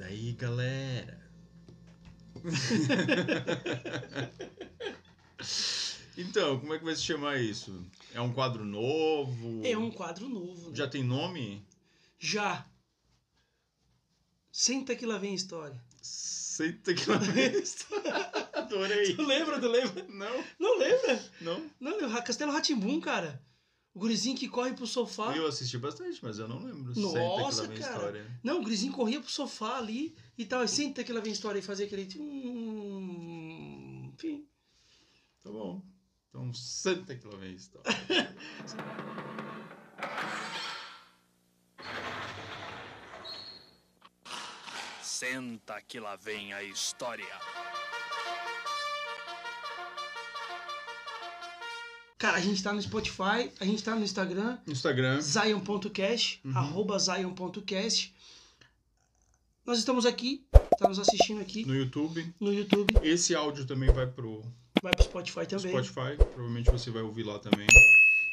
aí, galera? então, como é que vai se chamar isso? É um quadro novo? É um quadro novo, né? Hum. Já tem nome? Já. Senta que lá vem história. Senta que lá vem. Adorei. tu lembra, tu lembra? Não, Não lembra? não. Não, meu, Ra- Castelo Ratimbum, cara. O gurizinho que corre pro sofá. Eu assisti bastante, mas eu não lembro. Ah. Nossa, Senta que lá vem cara. história. Não, o gurizinho corria pro sofá ali e tal. E senta que lá vem história e fazia aquele. Hum, enfim. Tá bom. Então, senta que lá vem história. Senta que lá vem a história. Cara, a gente tá no Spotify, a gente tá no Instagram, Instagram. zion.cast, Uhum. arroba zion.cast. Nós estamos aqui, tá nos assistindo aqui No YouTube. no YouTube, Esse áudio também vai pro vai pro Spotify também. Spotify, provavelmente você vai ouvir lá também.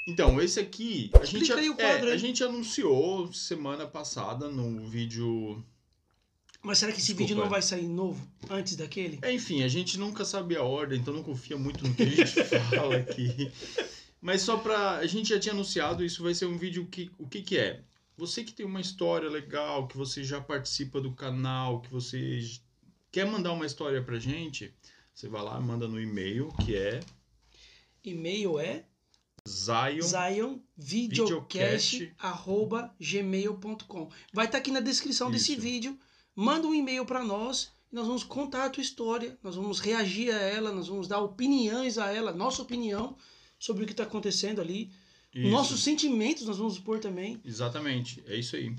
Então, esse aqui, a gente, Explica aí o é, quadro aí. a gente anunciou semana passada no vídeo. Mas será que esse Desculpa. vídeo não vai sair novo antes daquele? É, Enfim, a gente nunca sabe a ordem, então não confia muito no que a gente fala aqui. Mas só pra. A gente já tinha anunciado, isso vai ser um vídeo que. O que, que é? Você que tem uma história legal, que você já participa do canal, que você j- quer mandar uma história pra gente, você vai lá, manda no e-mail, que é E-mail é Zion. Videocast. zionvideocast.gmail.com. Vai estar aqui na descrição desse Isso. vídeo. Manda um e-mail para nós. e Nós vamos contar a tua história, nós vamos reagir a ela, nós vamos dar opiniões a ela, nossa opinião sobre o que está acontecendo ali. Isso. Nossos sentimentos nós vamos pôr também. Exatamente, é isso aí.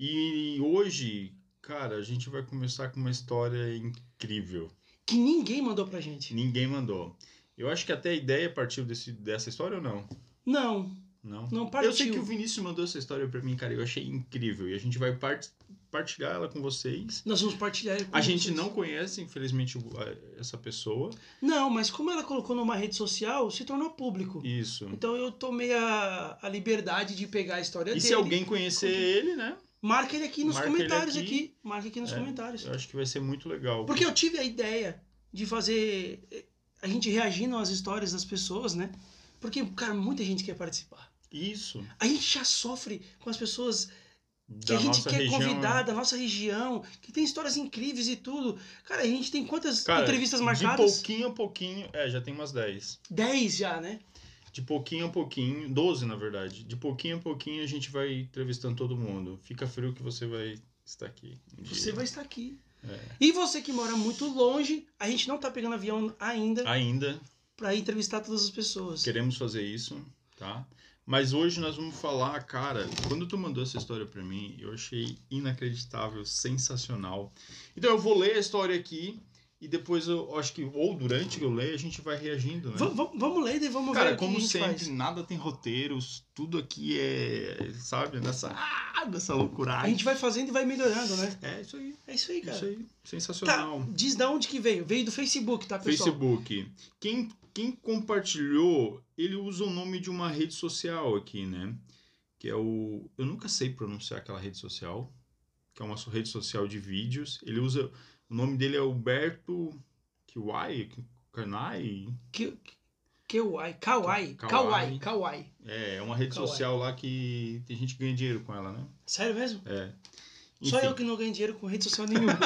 E hoje, cara, a gente vai começar com uma história incrível. Que ninguém mandou pra que gente. Ninguém mandou. Eu acho que até a ideia partiu desse, dessa história ou não? Não, Não. não Eu sei que o partiu. Vinícius mandou essa história pra mim, cara, eu achei incrível. E a gente vai part- partilhar ela com vocês. Nós vamos partilhar. com A gente vocês. não conhece, infelizmente, o- a- essa pessoa. Não, mas como ela colocou numa rede social, se tornou público. Isso. Então eu tomei a, a liberdade de pegar a história E É dele. se alguém conhecer ele, né? Marca ele aqui nos Marca ele comentários aqui. aqui. Marca aqui nos É, comentários. Eu acho que vai ser muito legal. Porque eu tive a ideia de fazer eh, a gente reagindo às histórias das pessoas, né? Porque, cara, muita gente quer participar. Isso. A gente já sofre com as pessoas que da a gente nossa quer região, é né? convidar da nossa região, que tem histórias incríveis e tudo. Cara, a gente tem quantas Cara, entrevistas De marcadas? pouquinho a pouquinho. É, já tem umas 10. Dez já, né? De pouquinho a pouquinho, 12 na verdade, de pouquinho a pouquinho a gente vai entrevistando todo mundo. Fica frio que você vai estar aqui. um dia. Você vai estar aqui. É. E você que mora muito longe, a gente não tá pegando avião ainda Ainda pra entrevistar todas as pessoas. queremos fazer isso, tá? Mas hoje nós vamos falar, cara, quando tu mandou essa história pra mim, eu achei inacreditável, sensacional. Então eu vou ler a história aqui e depois eu acho que ou durante que eu ler a gente vai reagindo, né? Va- va- vamos ler e vamos ver Cara, é o que a como gente sempre, né? faz. nada tem roteiros, tudo aqui é, sabe, nessa, ah, nessa loucura. A gente vai fazendo e vai melhorando, né? É isso aí. É isso aí, cara. Isso aí, Tá, sensacional. diz da onde que veio. Veio do Facebook, tá, pessoal? Facebook. Quem, quem compartilhou, ele usa o nome de uma rede social aqui, né? Que é o. Eu nunca sei pronunciar aquela rede social. Que é uma so- rede social de vídeos. Ele usa. O nome dele é Alberto Kiwai. Kanai. Que, Kauai, Kauai, Kauai. Kauai, Kauai. É, é uma rede Kawaii. social lá que tem gente que ganha dinheiro com ela, né? Sério mesmo? É. Só Enfim. eu que não ganho dinheiro com rede social nenhuma.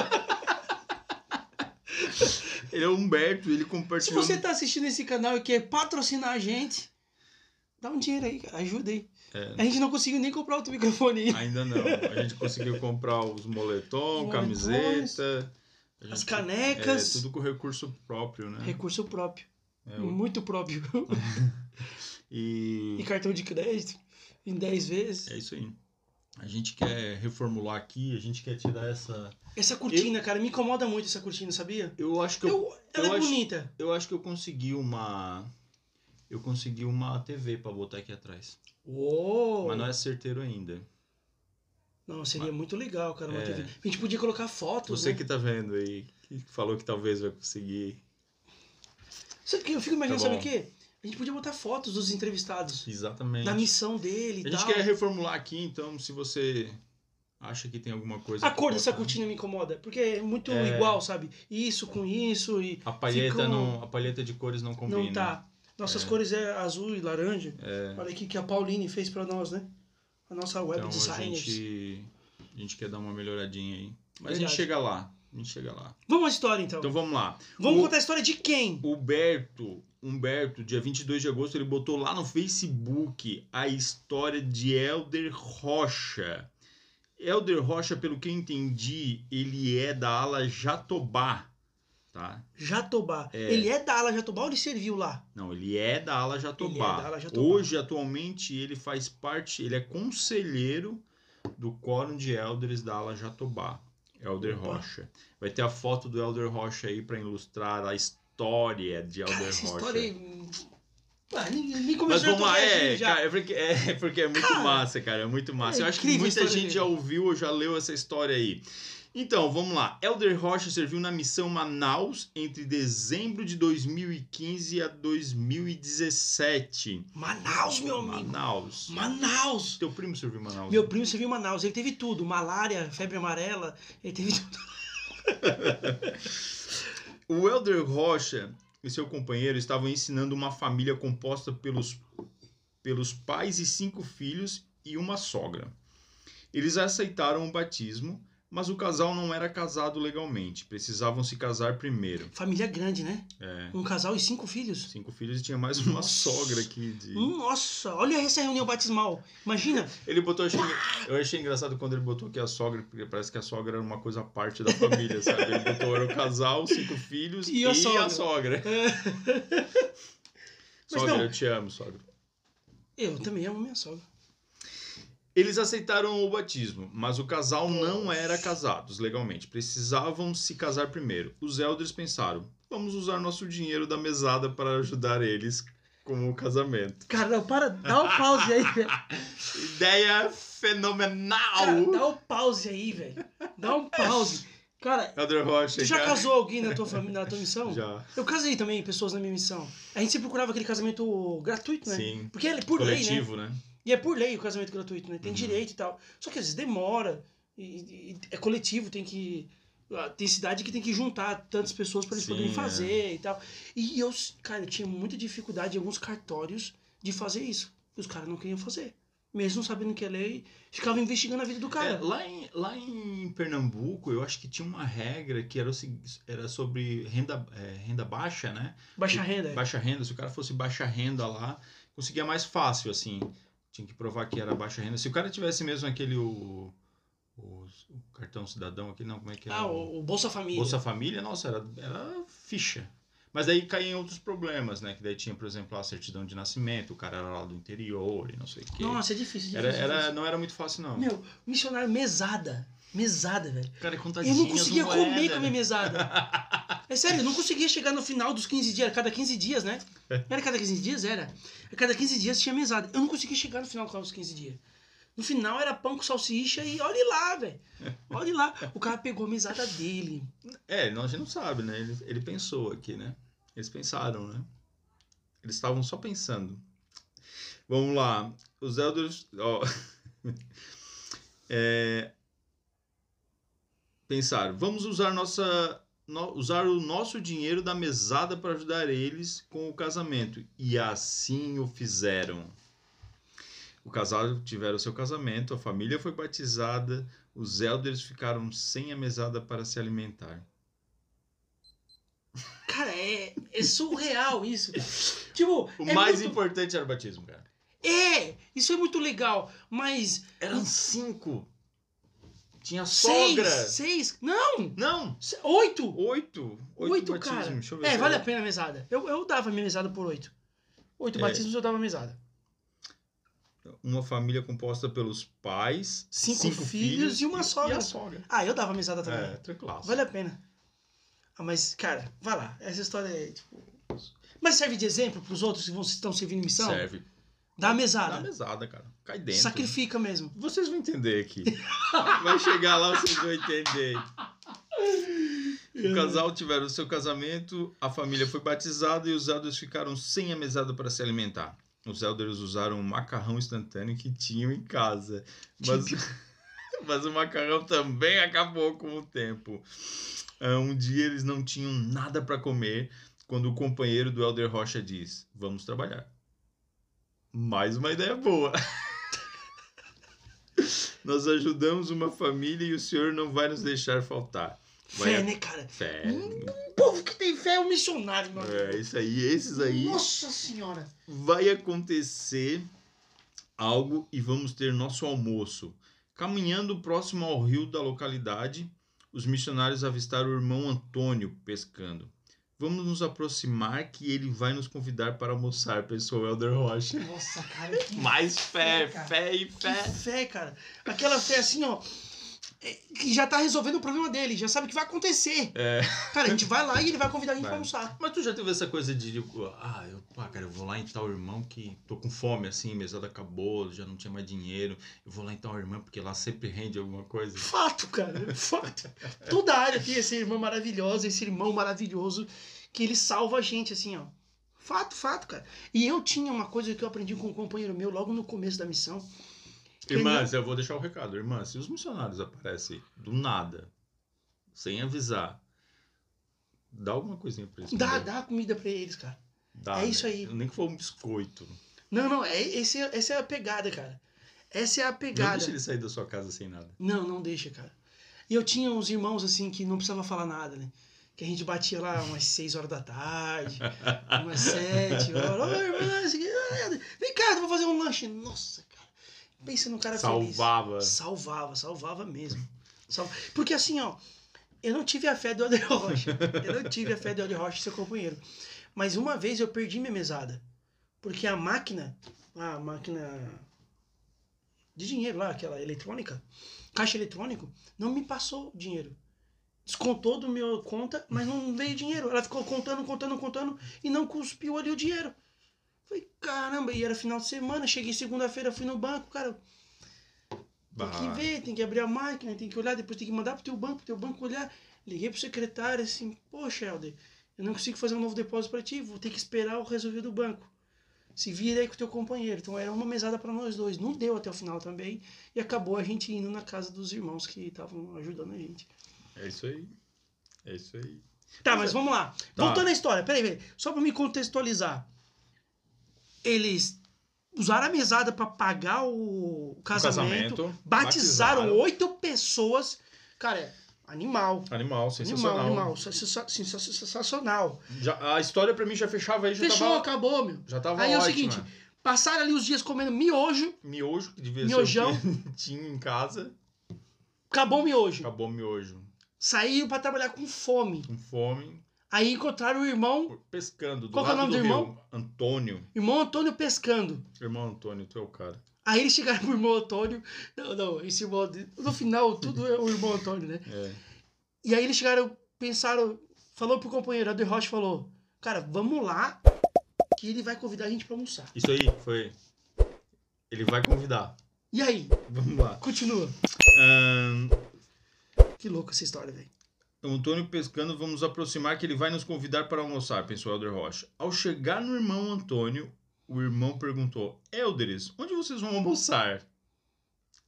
Ele é o Humberto, ele Se compartilhou. você tá assistindo esse canal e quer patrocinar a gente, dá um dinheiro aí, cara. Ajuda aí. É. A gente não conseguiu nem comprar outro microfone. aí. Ainda não. A gente conseguiu comprar os moletom, Moletons, camiseta. a As gente- canecas. É, tudo com recurso próprio, né? Recurso próprio. É, o- Muito próprio. e E cartão de crédito em 10 vezes. é isso aí. A gente quer reformular aqui, a gente quer tirar essa. Essa cortina, cara, me incomoda muito essa cortina, sabia? Eu acho que eu, Eu, ela eu é acho- bonita. eu acho que eu consegui uma. Eu consegui uma TV pra botar aqui atrás. Uou! Mas não é certeiro ainda. Não, seria muito legal, cara, uma É. TV. A gente podia colocar fotos, Você né? que tá vendo aí, que falou que talvez vai conseguir. Sabe o que eu fico imaginando, Tá sabe bom. o quê? A gente podia botar fotos dos entrevistados, Exatamente. da missão dele A e gente tal. quer reformular aqui, então, se você acha que tem alguma coisa. A que cor dessa possa- cortina me incomoda, porque é muito né? É. igual, sabe? Isso com isso e A palheta, Ficam- não, a palheta de cores não combina. É. não tá. Nossas cores é azul e laranja. Olha aqui que a Pauline fez pra nós, né? A nossa web Então a designer. gente, a gente quer dar uma melhoradinha aí. Mas a gente Verdade. chega lá. A gente chega lá. Vamos à história então. Então vamos lá. Vamos o- contar a história de quem? O Berto, Humberto, dia 22 de agosto, ele botou lá no Facebook a história de Elder Rocha. Elder Rocha, pelo que eu entendi, ele é da ala Jatobá, tá? Jatobá. Ele é da ala Jatobá ou ele serviu lá? Não, ele é da ala Jatobá. Ele é da ala Jatobá. Hoje, atualmente, ele faz parte, ele é conselheiro do Quórum de Elders da ala Jatobá, Elder Opa. Rocha. Vai ter a foto do Elder Rocha aí para ilustrar a história de Elder Cara, essa Rocha. história é aí. hum, Ah, nem, nem Mas começou vamos eu tô lá, é, reagindo já. cara, é porque é, porque é muito Cara, massa, cara, é muito massa. é Eu acho que incrível a muita história gente dele. já ouviu ou já leu essa história aí. Então, vamos lá. Elder Rocha serviu na missão Manaus entre dezembro de 2015 a 2017. Manaus, meu amigo. Manaus. Manaus. Teu primo serviu em Manaus. Meu primo serviu em Manaus, ele teve tudo. Malária, febre amarela, ele teve tudo. O Elder Rocha e seu companheiro estavam ensinando uma família composta pelos, pelos pais e cinco filhos e uma sogra. Eles aceitaram o batismo, mas o casal não era casado legalmente, precisavam se casar primeiro. Família grande, né? É, Um casal e cinco filhos. cinco filhos e tinha mais uma Nossa. Hum? sogra aqui. De... Nossa, olha essa reunião batismal. Imagina, Ele botou, achei- eu achei engraçado quando ele botou que a sogra, porque parece que a sogra era uma coisa à parte da família, sabe? Ele botou era o casal, cinco filhos E e, a a sogra. sogra. É, Mas sogra, não. eu te amo, sogra. eu também amo minha sogra. Eles aceitaram o batismo, mas o casal não era casados legalmente. Precisavam se casar primeiro. Os elders pensaram: vamos usar nosso dinheiro da mesada para ajudar eles com o casamento. Cara, não, para, dá o pause aí, velho. Ideia fenomenal! Cara, dá o pause aí, velho. Dá um pause. Cara, Elder Rocha, tu já cara. casou alguém na tua, família, na tua missão? Já. Eu casei também pessoas na minha missão. A gente sempre procurava aquele casamento gratuito, né? Sim. Porque é por lei, né? Coletivo, né? E é por lei o casamento gratuito, né? Tem Uhum. direito e tal. Só que às vezes demora. E, e- e é coletivo, tem que. ah, Tem cidade que tem que juntar tantas pessoas para eles Sim, poderem é. fazer e tal. E eu, cara, eu tinha muita dificuldade em alguns cartórios de fazer isso. Os caras não queriam fazer. Mesmo sabendo que é lei, ficava investigando a vida do É, cara. lá, em, lá em Pernambuco, eu acho que tinha uma regra que era, o seguinte- era sobre renda, é, renda baixa, né? Baixa renda. é. baixa renda, se o cara fosse baixa renda lá, conseguia mais fácil, assim. Tinha que provar que era baixa renda. Se o cara tivesse mesmo aquele o, o- o cartão cidadão aqui, não, como é que é? Ah, o, o Bolsa Família. Bolsa Família, nossa, era, era ficha. Mas daí caía em outros problemas, né? Que daí tinha, por exemplo, a certidão de nascimento, o cara era lá do interior e não sei o quê. Nossa, é difícil. era, difícil, era, difícil. não era muito fácil, não. Meu, missionário mesada. Mesada, velho. cara, é Eu contadinha é, não conseguia comer com a minha minha mesada. É sério, eu não conseguia chegar no final dos 15 dias. Era cada 15 dias, né? Era cada 15 dias? Era. A cada 15 dias tinha mesada. Eu não conseguia chegar no final dos 15 dias. No final era pão com salsicha e olhe lá, velho. Olhe lá. O cara pegou a mesada dele. É, não, a gente não sabe, né? Ele, ele pensou aqui, né? Eles pensaram, né? Eles estavam só pensando. Vamos lá. Os Elders. Ó. É, Pensaram, vamos usar nossa. no- usar o nosso dinheiro da mesada para ajudar eles com o casamento. E assim o fizeram. O casal tiveram seu casamento, a família foi batizada, os elders ficaram sem a mesada para se alimentar. Cara, é, é surreal isso. cara. Tipo, O é mais muito... importante era o batismo, cara. É, isso é muito legal. Mas Eram cinco. Tinha sogra. seis, seis, não, Não, se- oito. oito. Oito, Oito, batismos. cara. Deixa eu ver É, se vale a era. pena a mesada. Eu, eu dava minha mesada por oito. Oito É. batismos eu dava mesada. Uma família composta pelos pais, Cinco filhos e uma sogra. a sogra. Ah, eu dava mesada também. É, tranquilo. Vale a pena. Ah, mas, cara, vai lá. Essa história é, tipo... Mas serve de exemplo pros outros que vão, estão servindo em missão? Serve. Dá Dá mesada. mesada, né? cara. Cai dentro. Sacrifica mesmo. Vocês vão entender aqui. Vai chegar lá, vocês vão entender. O casal tiveram seu casamento, a família foi batizada e os elders ficaram sem a mesada para se alimentar. Os elders usaram o macarrão instantâneo que tinham em casa. Mas, Mas o macarrão também acabou com o tempo. Ah, Um dia eles não tinham nada para comer quando o companheiro do Helder Rocha diz: Vamos trabalhar. Mais uma ideia boa. Nós ajudamos uma família e o senhor não vai nos deixar faltar. Vai Fé, a- né, cara? Fé. O povo que tem fé é um missionário, meu amigo. É, isso aí, esses aí. Nossa senhora. vai acontecer algo e vamos ter nosso almoço. Caminhando próximo ao rio da localidade, os missionários avistaram o irmão Antônio pescando. Vamos nos aproximar que ele vai nos convidar para almoçar, pensou Helder Rocha. Nossa, cara. Que Mais fé, cara. fé e Que fé. fé, cara. Aquela fé assim, ó. é, Que já tá resolvendo o problema dele, já sabe o que vai acontecer. É. Cara, a gente vai lá e ele vai convidar a gente Vai. pra almoçar. Mas tu já teve essa coisa de, de, ah, eu, ah, cara, eu vou lá em tal irmão que tô com fome assim, mesada acabou, já não tinha mais dinheiro, eu vou lá em tal irmão porque lá sempre rende alguma coisa. Fato, cara. Fato. Toda a área tem essa irmã maravilhosa, esse irmão maravilhoso, que ele salva a gente, assim, ó. Fato, fato, cara. E eu tinha uma coisa que eu aprendi com um companheiro meu logo no começo da missão. Quem Irmãs, eu vou deixar o recado. Irmãs, se os missionários aparecem do nada, sem avisar, dá alguma coisinha pra eles. Dá, comerem. dá comida pra eles, cara. Dá, É isso aí. Nem que for um biscoito. Não, não, é, esse, é- essa é a pegada, cara. Essa é a Não pegada. deixa ele sair da sua casa sem nada. Não, não deixa, cara. E eu tinha uns irmãos assim que não precisava falar nada, né? Que a gente batia lá umas 6 horas da tarde, umas 7 horas. Ô, irmã, isso aqui, ah, vem cá, eu vou fazer um lanche. Nossa, cara. Pensa num cara Salvava. feliz. Salvava, salvava mesmo. Salva- Porque assim, ó, eu não tive a fé do Elder Rocha. Eu não tive a fé do Elder Rocha, seu companheiro. Mas uma vez eu perdi minha mesada. Porque a máquina, a máquina de dinheiro lá, aquela eletrônica, caixa eletrônico, não me passou dinheiro. Descontou do meu conta, mas não veio dinheiro. Ela ficou contando, contando, contando e não cuspiu ali o dinheiro. Falei, caramba, e era final de semana, cheguei segunda-feira, fui no banco, cara, tem que Bah. ver, tem que abrir a máquina, tem que olhar, depois tem que mandar pro teu banco, pro teu banco olhar. Liguei pro secretário assim, poxa, Helder, eu não consigo fazer um novo depósito pra ti, vou ter que esperar o resolver do banco. Se vira aí com o teu companheiro. Então era uma mesada pra nós dois. Não deu até o final também. E acabou a gente indo na casa dos irmãos que estavam ajudando a gente. É isso aí. É isso aí. Tá, Mas mas é- vamos lá. Tá. Voltando à história, peraí, peraí. Só pra me contextualizar. Eles usaram a mesada pra pagar o casamento Batizaram oito pessoas. Cara, é animal. Animal, sensacional. Animal, animal. é sensa- sensa- Sensacional. Já- a história pra mim já fechava aí, já Fechou, tava. acabou, meu. Já tava Aí é o ótima. seguinte, Passaram ali os dias comendo miojo, Miojo, que devia Miojão. ser o que tinha em casa. acabou o miojo. Acabou o miojo. Saíram pra trabalhar com fome. Com fome, Aí encontraram o irmão, pescando. Do Qual que é o lado nome do rio. irmão? Antônio. irmão Antônio pescando. Irmão Antônio, tu é o cara. Aí eles chegaram pro irmão Antônio. Não, não, esse irmão. No final, tudo é o irmão Antônio, né? É. E aí eles chegaram, pensaram, falou pro companheiro, a De Rocha falou: Cara, vamos lá, que ele vai convidar a gente pra almoçar. Isso aí, foi. Ele vai convidar. E aí? Vamos lá. Continua. Ahn, Que louco essa história, velho. o Antônio pescando, vamos aproximar que ele vai nos convidar para almoçar, pensou Helder Rocha. Ao chegar no irmão Antônio, o irmão perguntou: Helderes, onde vocês vão almoçar?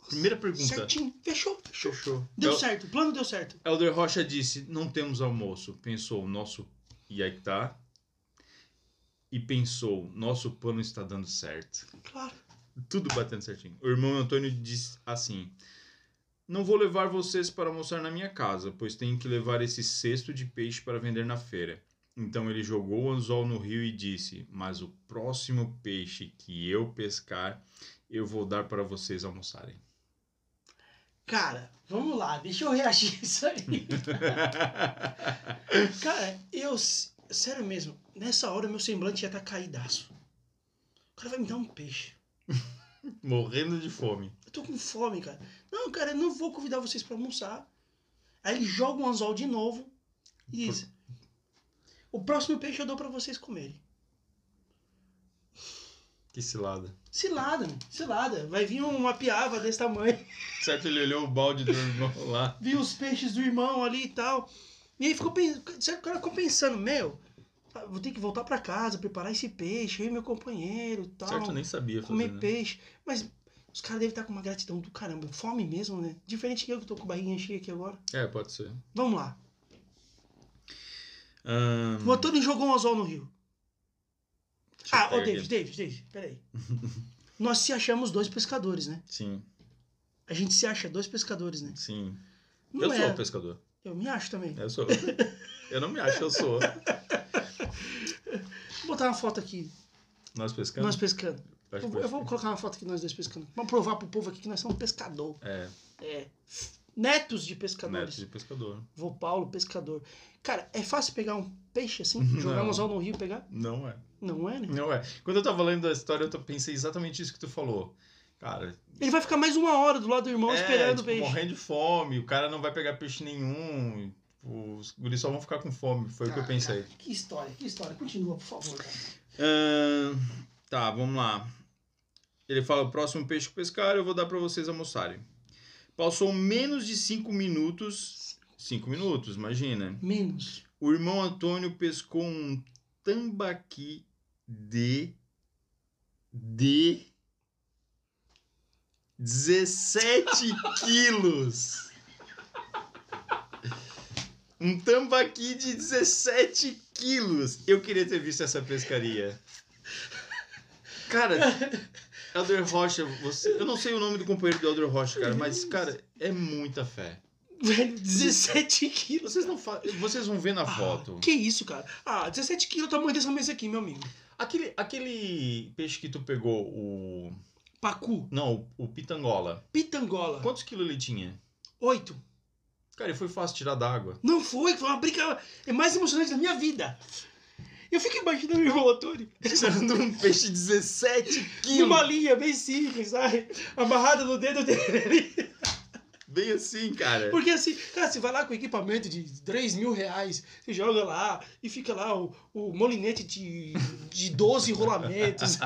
Primeira pergunta. Certinho. Fechou, fechou. Então- Fechou. Deu Hel- certo, o plano deu certo. Helder Rocha disse: Não temos almoço. Pensou o nosso. E aí que tá. E pensou: Nosso plano está dando certo. Claro. Tudo batendo certinho. O irmão Antônio diz assim: Não vou levar vocês para almoçar na minha casa, pois tenho que levar esse cesto de peixe para vender na feira. Então ele jogou o anzol no rio e disse: Mas o próximo peixe que eu pescar, eu vou dar para vocês almoçarem. Cara, vamos lá, deixa eu reagir a isso aí. Cara, eu. s- Sério mesmo, nessa hora meu semblante já tá caídaço. O cara vai me dar um peixe. Morrendo de fome. Eu tô com fome, cara. Não, cara, eu não vou convidar vocês pra almoçar. Aí ele joga um anzol de novo e diz: O próximo peixe eu dou pra vocês comerem. Que cilada. Cilada, meu, cilada. Vai vir uma piava desse tamanho. Certo, ele olhou o balde do irmão lá. vi os peixes do irmão ali e tal. E aí ficou pensando, sério, o cara ficou pensando, meu, ah, vou ter que voltar pra casa, preparar esse peixe, eu e meu companheiro e tal. Certo, eu nem sabia fazer. comer né? peixe. Mas Os caras devem estar com uma gratidão do caramba. Fome mesmo, né? Diferente que eu que tô com a barriguinha cheia aqui agora. É, pode ser. Vamos lá. Ahn, O Otoni jogou um azul no Rio. Hum. deixa eu Ah, ô pegar David, aqui. David, David, peraí. Nós se achamos dois pescadores, né? Sim, A gente se acha dois pescadores, né? sim. Não eu é. sou o pescador. Eu me acho também. Eu sou. eu não me acho, eu sou. Vou botar uma foto aqui, Nós pescamos? nós pescando. Eu acho Eu, que vou- eu pode- vou colocar uma foto aqui, nós dois pescando. Vamos provar pro povo aqui que nós somos pescador. É, É. Netos de pescadores. neto de pescador. Vou Paulo, pescador. Cara, é fácil pegar um peixe assim? Jogar Não. um anzol no rio e pegar? Não é. Não é, né? Não é. Quando eu tava lendo a história, eu tô- pensei exatamente isso que tu falou. Cara, Ele vai ficar mais uma hora do lado do irmão é, esperando o tipo, peixe. morrendo de fome, o cara não vai pegar peixe nenhum, tipo, os guris só vão ficar com fome, foi o que eu Ah, pensei. cara, que história, que história. Continua, por favor. cara. Ahn, tá, vamos lá. Ele fala: o próximo peixe que pescar, eu vou dar pra vocês almoçarem. Passou menos de 5 minutos. 5 minutos, imagina. Menos. O irmão Antônio pescou um tambaqui de. de. 17 quilos! Um tambaqui de 17 quilos! Eu queria ter visto essa pescaria. Cara, Elder Rocha, você. Eu não sei o nome do companheiro do Elder Rocha, cara, mas, cara, é muita fé. Velho, 17 quilos. Vocês, não fa... Vocês vão ver na Ah, foto. que isso, cara? Ah, 17 quilos é o tamanho dessa mesa aqui, meu amigo. Aquele, aquele peixe que tu pegou, o. Pacu, Não, o, o pitangola. pitangola, Quantos quilos ele tinha? 8. Cara, e foi fácil tirar d'água. Não foi, foi uma briga é mais emocionante da minha vida. Eu fico imaginando o irmão Antônio Tirando um peixe de 17 numa quilos. linha bem simples, sabe? Amarrada no dedo dele. Bem assim, cara. Porque assim, cara, você vai lá com equipamento de 3 mil reais, você joga lá e fica lá o, o molinete de, de 12 rolamentos.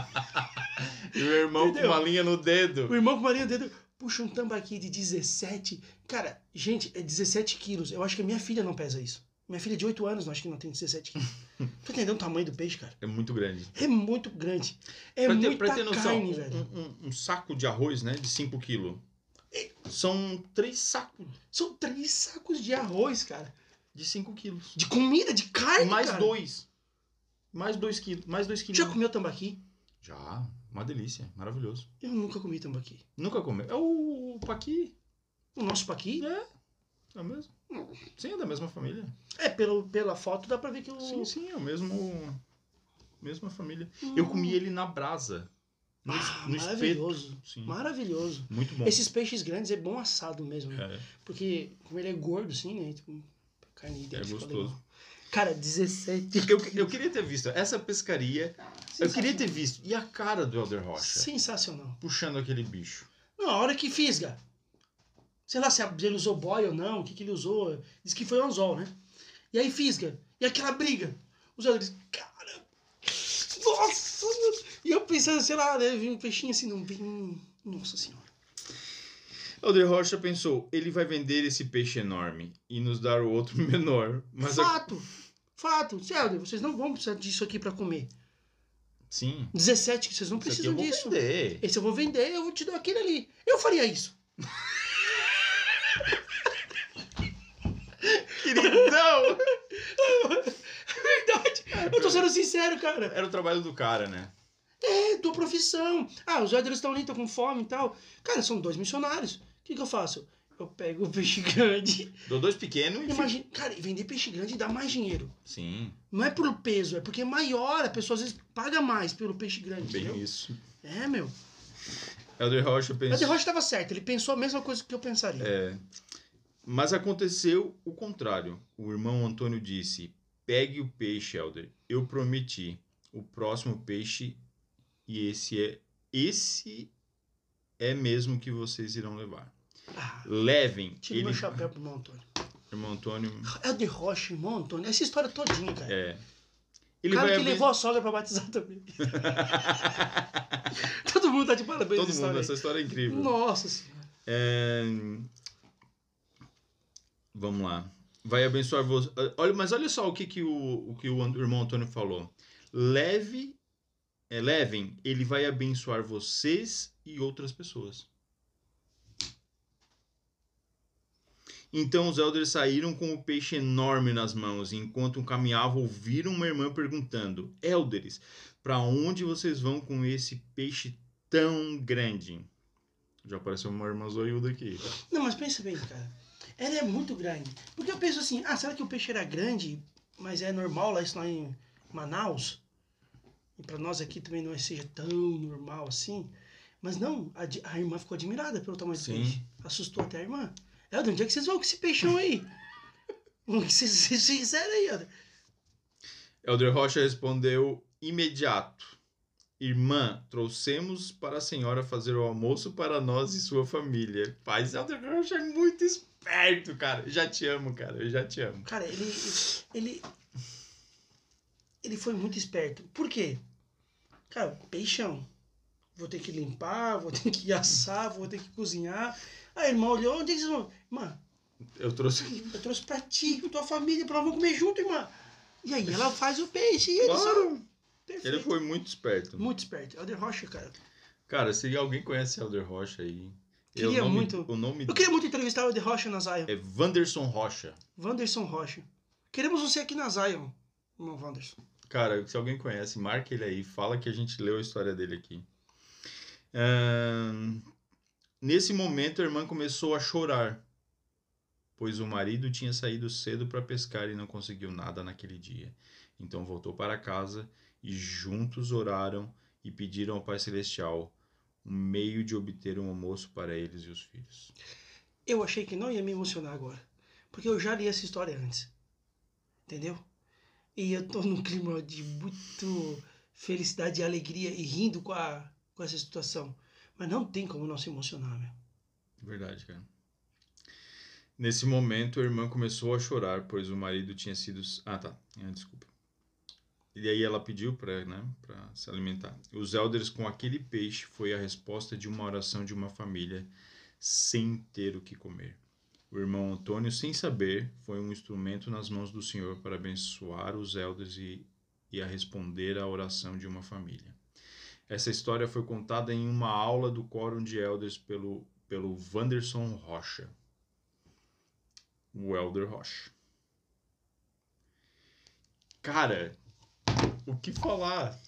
E o irmão Entendeu? com uma linha no dedo. O irmão com Maria Dedo puxa um tambaqui de 17. Cara, gente, é 17 quilos. Eu acho que a minha filha não pesa isso. Minha filha é de 8 anos, eu acho que não tem 17 quilos. tá entendendo o tamanho do peixe, cara? É muito grande. É muito grande. É pra, ter, muita pra ter noção, carne, um- velho. um, um- um saco de arroz, né? De 5 quilos. São três sacos São três sacos de arroz, cara. de 5 quilos. De comida, de carne, Mais cara. dois. Mais dois quilos. Mais dois quilos. Já comeu tambaqui? Já. Uma delícia. Maravilhoso. Eu nunca comi tambaqui. Nunca comeu. É o, o paqui. O nosso paqui? É o mesmo? Sim, é da mesma família. É, pelo, pela foto dá pra ver que um o... Sim, sim, é o mesmo. Mesma família. Eu comi ele na brasa. No, es- Ah, no espeto. maravilhoso. Sim. Maravilhoso. Muito bom. Esses peixes grandes é bom assado mesmo, né? É, Porque como ele é gordo, assim, né? Tipo, carne dele fica É gostoso. legal. Cara, 17. Eu, eu queria ter visto essa pescaria. Eu queria ter visto. E a cara do Elder Rocha? Sensacional. Puxando aquele bicho. Não, a hora que fisga. Sei lá se a- ele usou boy ou não, o que, que ele usou. Diz que foi um anzol, né? E aí fisga. E aquela briga. Os outros dizem, cara. Nossa! meu- E eu pensando, sei lá, né? Vi um peixinho assim, não vi. um- Nossa senhora. Elder Rocha pensou: ele vai vender esse peixe enorme e nos dar o outro menor. Mas é a- fato! Fato! Sério, vocês não vão precisar disso aqui pra comer. Sim. 17, que vocês não Isso aqui precisam eu vou disso. vender. Esse eu vou vender, eu te dou aquele ali. Eu faria isso. Queridão! Verdade. Eu tô sendo sincero, cara. Era o trabalho do cara, né? É tua profissão. Ah, os héteros estão ali, estão com fome e tal. Cara, são dois missionários. O que, que eu faço? Eu pego o peixe grande. Dou dois pequenos e. Imagina, cara, e vender peixe grande dá mais dinheiro. Sim, Não é pelo peso, é porque é maior. A pessoa às vezes paga mais pelo peixe grande. bem entendeu? isso. É, meu. Elder Rocha Mas pensou. o Rocha tava certo. Ele pensou a mesma coisa que eu pensaria. É. Mas aconteceu o contrário. O irmão Antônio disse: pegue o peixe, Helder. Eu prometi. O próximo peixe e esse é esse é mesmo que vocês irão levar. Ah, Levem. tira o meu chapéu pro irmão Antônio. Irmão Antônio. É o de Rocha, irmão Antônio. Essa história todinha, cara. É. O Ele cara vai que abrir- levou a sogra pra batizar também. Todo mundo tá de parabéns todo nessa mundo. Essa história história. é aí. incrível. Nossa senhora. É, Vamos lá. Vai abençoar você. Olha, mas olha só o que, que, o, o, que o an- irmão Antônio falou. Leve, é, levem, ele vai abençoar vocês e outras pessoas. Então os elders saíram com o peixe enorme nas mãos, e enquanto caminhavam, ouviram uma irmã perguntando: Elders, para onde vocês vão com esse peixe tão grande? Já apareceu uma irmã zoiuda aqui. Não, mas pensa bem, cara. Ela é muito grande. Porque eu penso assim, ah, será que o peixe era grande, mas é normal lá isso lá em Manaus? E pra nós aqui também não seja tão normal assim. Mas não, a, di- a irmã ficou admirada pelo tamanho do Sim. peixe. Assustou até a irmã. Helder, onde é que vocês vão com esse peixão aí? O que vocês- vocês fizeram aí, Helder? Elder Rocha respondeu imediato: Irmã, trouxemos para a senhora fazer o almoço para nós e sua família. Paz, Elder Rocha é muito esperto, cara. Eu já te amo, cara. Eu já te amo. Cara, ele. Ele. Ele foi muito esperto. Por quê? Cara, peixão. Vou ter que limpar, vou ter que assar, vou ter que cozinhar. Aí a irmã olhou, onde é que vocês vão? Irmã, Eu trouxe. eu trouxe pra ti, pra tua família, pra nós vamos comer junto, irmã. E aí ela faz o peixe e ele só. Claro! Perfeito. Ele foi muito esperto. Muito esperto. Elder Rocha, cara. Cara, se alguém conhece Elder Rocha aí. eu- o Queria nome- muito. O nome Eu queria muito entrevistar o Elder Rocha na Zion. é Wanderson Rocha. Wanderson Rocha. Queremos você aqui na Zion, irmão Wanderson. Cara, se alguém conhece, marca ele aí, fala que a gente leu a história dele aqui. Ahn, nesse momento, a irmã começou a chorar, pois o marido tinha saído cedo para pescar e não conseguiu nada naquele dia. Então voltou para casa e juntos oraram e pediram ao Pai Celestial um meio de obter um almoço para eles e os filhos. Eu achei que não ia me emocionar agora. Porque eu já li essa história antes. Entendeu? E eu tô num clima de muito felicidade e alegria e rindo com, a, com essa situação. Mas não tem como não se emocionar, né? meu. Verdade, cara. Nesse momento, a irmã começou a chorar, pois o marido tinha sido. Ah, tá. Ah, Desculpa. E aí ela pediu para né, pra se alimentar. Os elders com aquele peixe foi a resposta de uma oração de uma família sem ter o que comer. O irmão Antônio, sem saber, foi um instrumento nas mãos do Senhor para abençoar os elders e, e a responder à oração de uma família. Essa história foi contada em uma aula do Quórum de Elders pelo, pelo Wanderson Rocha. O Elder Rocha. Cara, o que falar?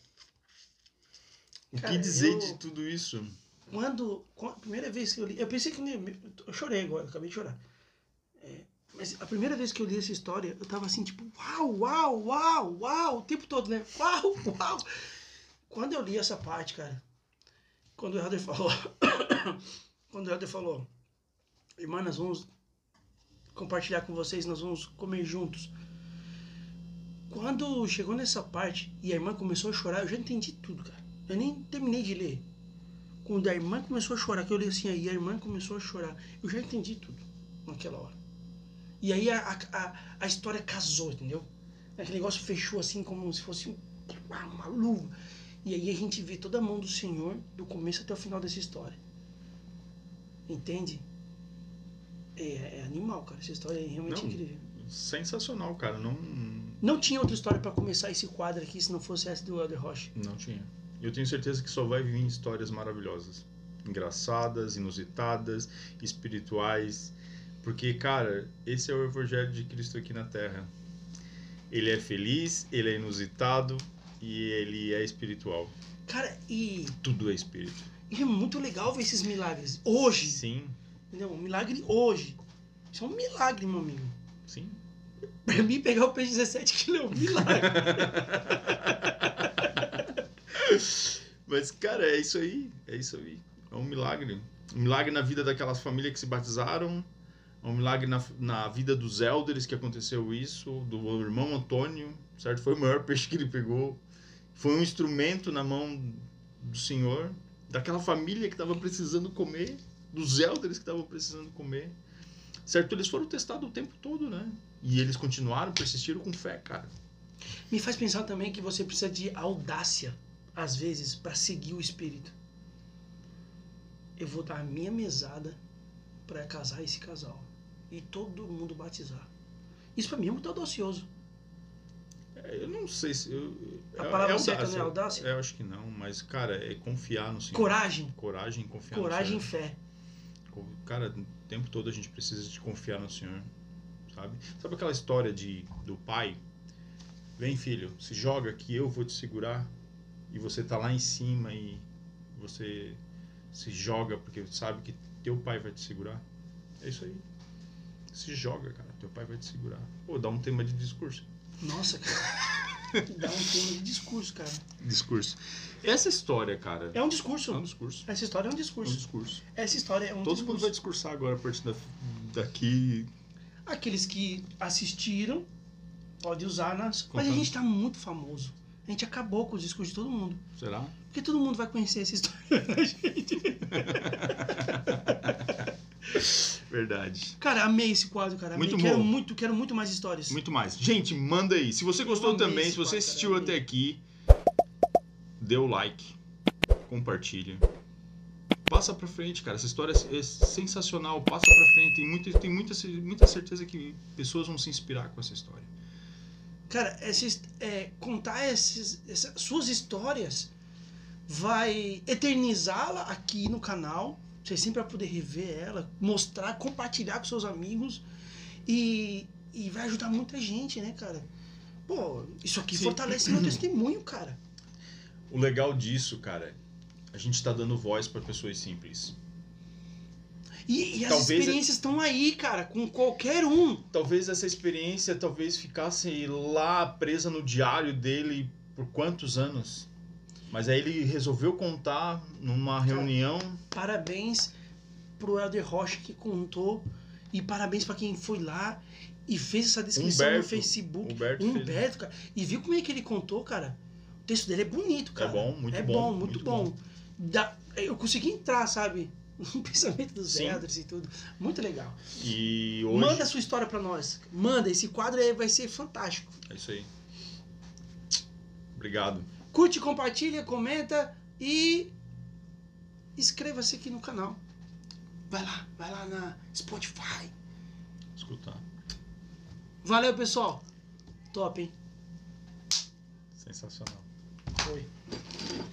O Cara, que dizer eu- de tudo isso? Quando, quando. A primeira vez que eu li. Eu pensei que. nem- Eu chorei agora, acabei de chorar. É, mas a primeira vez que eu li essa história, eu tava assim, tipo, uau, uau, uau, uau, o tempo todo, né? Uau, uau. Quando eu li essa parte, cara, quando o Helder falou. quando o Helder falou, irmã, nós vamos compartilhar com vocês, nós vamos comer juntos. Quando chegou nessa parte e a irmã começou a chorar, eu já entendi tudo, cara. Eu nem terminei de ler. Quando a irmã começou a chorar, que eu li assim, aí a irmã começou a chorar. Eu já entendi tudo naquela hora. E aí a, a, a- a história casou, entendeu? Aquele negócio fechou assim, como se fosse um- uma luva. E aí a gente vê toda a mão do Senhor do começo até o final dessa história. Entende? É, é animal, cara. Essa história é realmente Não. incrível. Sensacional, cara. Não, Não tinha outra história pra começar esse quadro aqui se não fosse essa do Elder Rocha. não tinha. Eu tenho certeza que só vai vir histórias maravilhosas, engraçadas, inusitadas, espirituais, porque, cara, esse é o evangelho de Cristo aqui na Terra. Ele é feliz, ele é inusitado e ele é espiritual. Cara, e, Tudo é espírito. e é muito legal ver esses milagres. Hoje, Sim, Entendeu? Um milagre hoje. Isso é um milagre, meu amigo. sim. Pra mim, pegar o peixe 17 quilos é um milagre. Mas, cara, é isso aí. É isso aí. É um milagre. Um milagre na vida daquelas famílias que se batizaram. É um milagre na, na vida dos elders que aconteceu isso. Do irmão Antônio, certo? Foi o maior peixe que ele pegou. Foi um instrumento na mão do senhor. Daquela família que estava precisando comer. Dos elders que estavam precisando comer. Certo? Eles foram testados o tempo todo, né? E eles continuaram, persistiram com fé, cara. Me faz pensar também que você precisa de audácia, às vezes, pra seguir o espírito. Eu vou dar a minha mesada pra casar esse casal. E todo mundo batizar. Isso pra mim é muito audacioso. Eu não sei se. eu- A é- palavra é certa não é audácia? É, eu acho que não, mas, cara, é confiar no Senhor. Coragem. Coragem e confiar Coragem e no Senhor. fé. Co- Cara, o tempo todo a gente precisa de confiar no Senhor, sabe? Sabe aquela história de, do pai? Vem, filho, se joga que eu vou te segurar. E você tá lá em cima e você se joga porque sabe que teu pai vai te segurar. É isso aí. Se joga, cara. Teu pai vai te segurar. Pô, dá um tema de discurso. Nossa, cara. Dá um tema de discurso, cara. Discurso. Essa história, cara, É um discurso. é um discurso. Essa história é um É um discurso. discurso. Essa história é um Todo mundo discurso. vai discursar agora a partir da- daqui. Aqueles que assistiram podem usar nas. Mas a Contando. gente tá muito famoso. A gente acabou com o discurso de todo mundo. Será? Porque todo mundo vai conhecer essa história da gente. Verdade. Cara, amei esse quadro, cara. Amei. Muito quero bom. muito, quero muito mais histórias. Muito mais. Gente, manda aí. Se você gostou Eu amei também, esse se você quadro, assistiu eu amei. até aqui, dê o like, compartilha. Passa pra frente, cara. Essa história é sensacional. Passa pra frente. Tem, muito, tem muita, muita certeza que pessoas vão se inspirar com essa história. Cara, esses, é, contar esses, essa- suas histórias vai eternizá-la aqui no canal. Você sempre vai poder rever ela, mostrar, compartilhar com seus amigos. E, e vai ajudar muita gente, né, cara? Pô, isso aqui Sim. fortalece meu testemunho, cara. O legal disso, cara, a gente tá dando voz pra pessoas simples. E, e as Talvez- é- experiências estão aí, cara, com qualquer um. Talvez essa experiência talvez ficasse lá presa no diário dele por quantos anos. Mas aí ele resolveu contar numa reunião. Parabéns pro Helder Rocha que contou. E parabéns pra quem foi lá e fez essa descrição no Humberto. Facebook. Humberto, fez- Humberto, cara. E viu como é que ele contou, cara? O texto dele é bonito, cara. É bom, muito É bom, bom, muito, muito bom. Dá- eu consegui entrar, sabe? No pensamento dos Sim. Elders e tudo. Muito legal. E hoje. Manda a sua história pra nós. Manda, esse quadro aí vai ser fantástico. É isso aí. Obrigado. Curte, compartilha, comenta e inscreva-se aqui no canal. Vai lá, vai lá na Spotify. Escutar. Valeu, pessoal. Top, hein? Sensacional. Foi.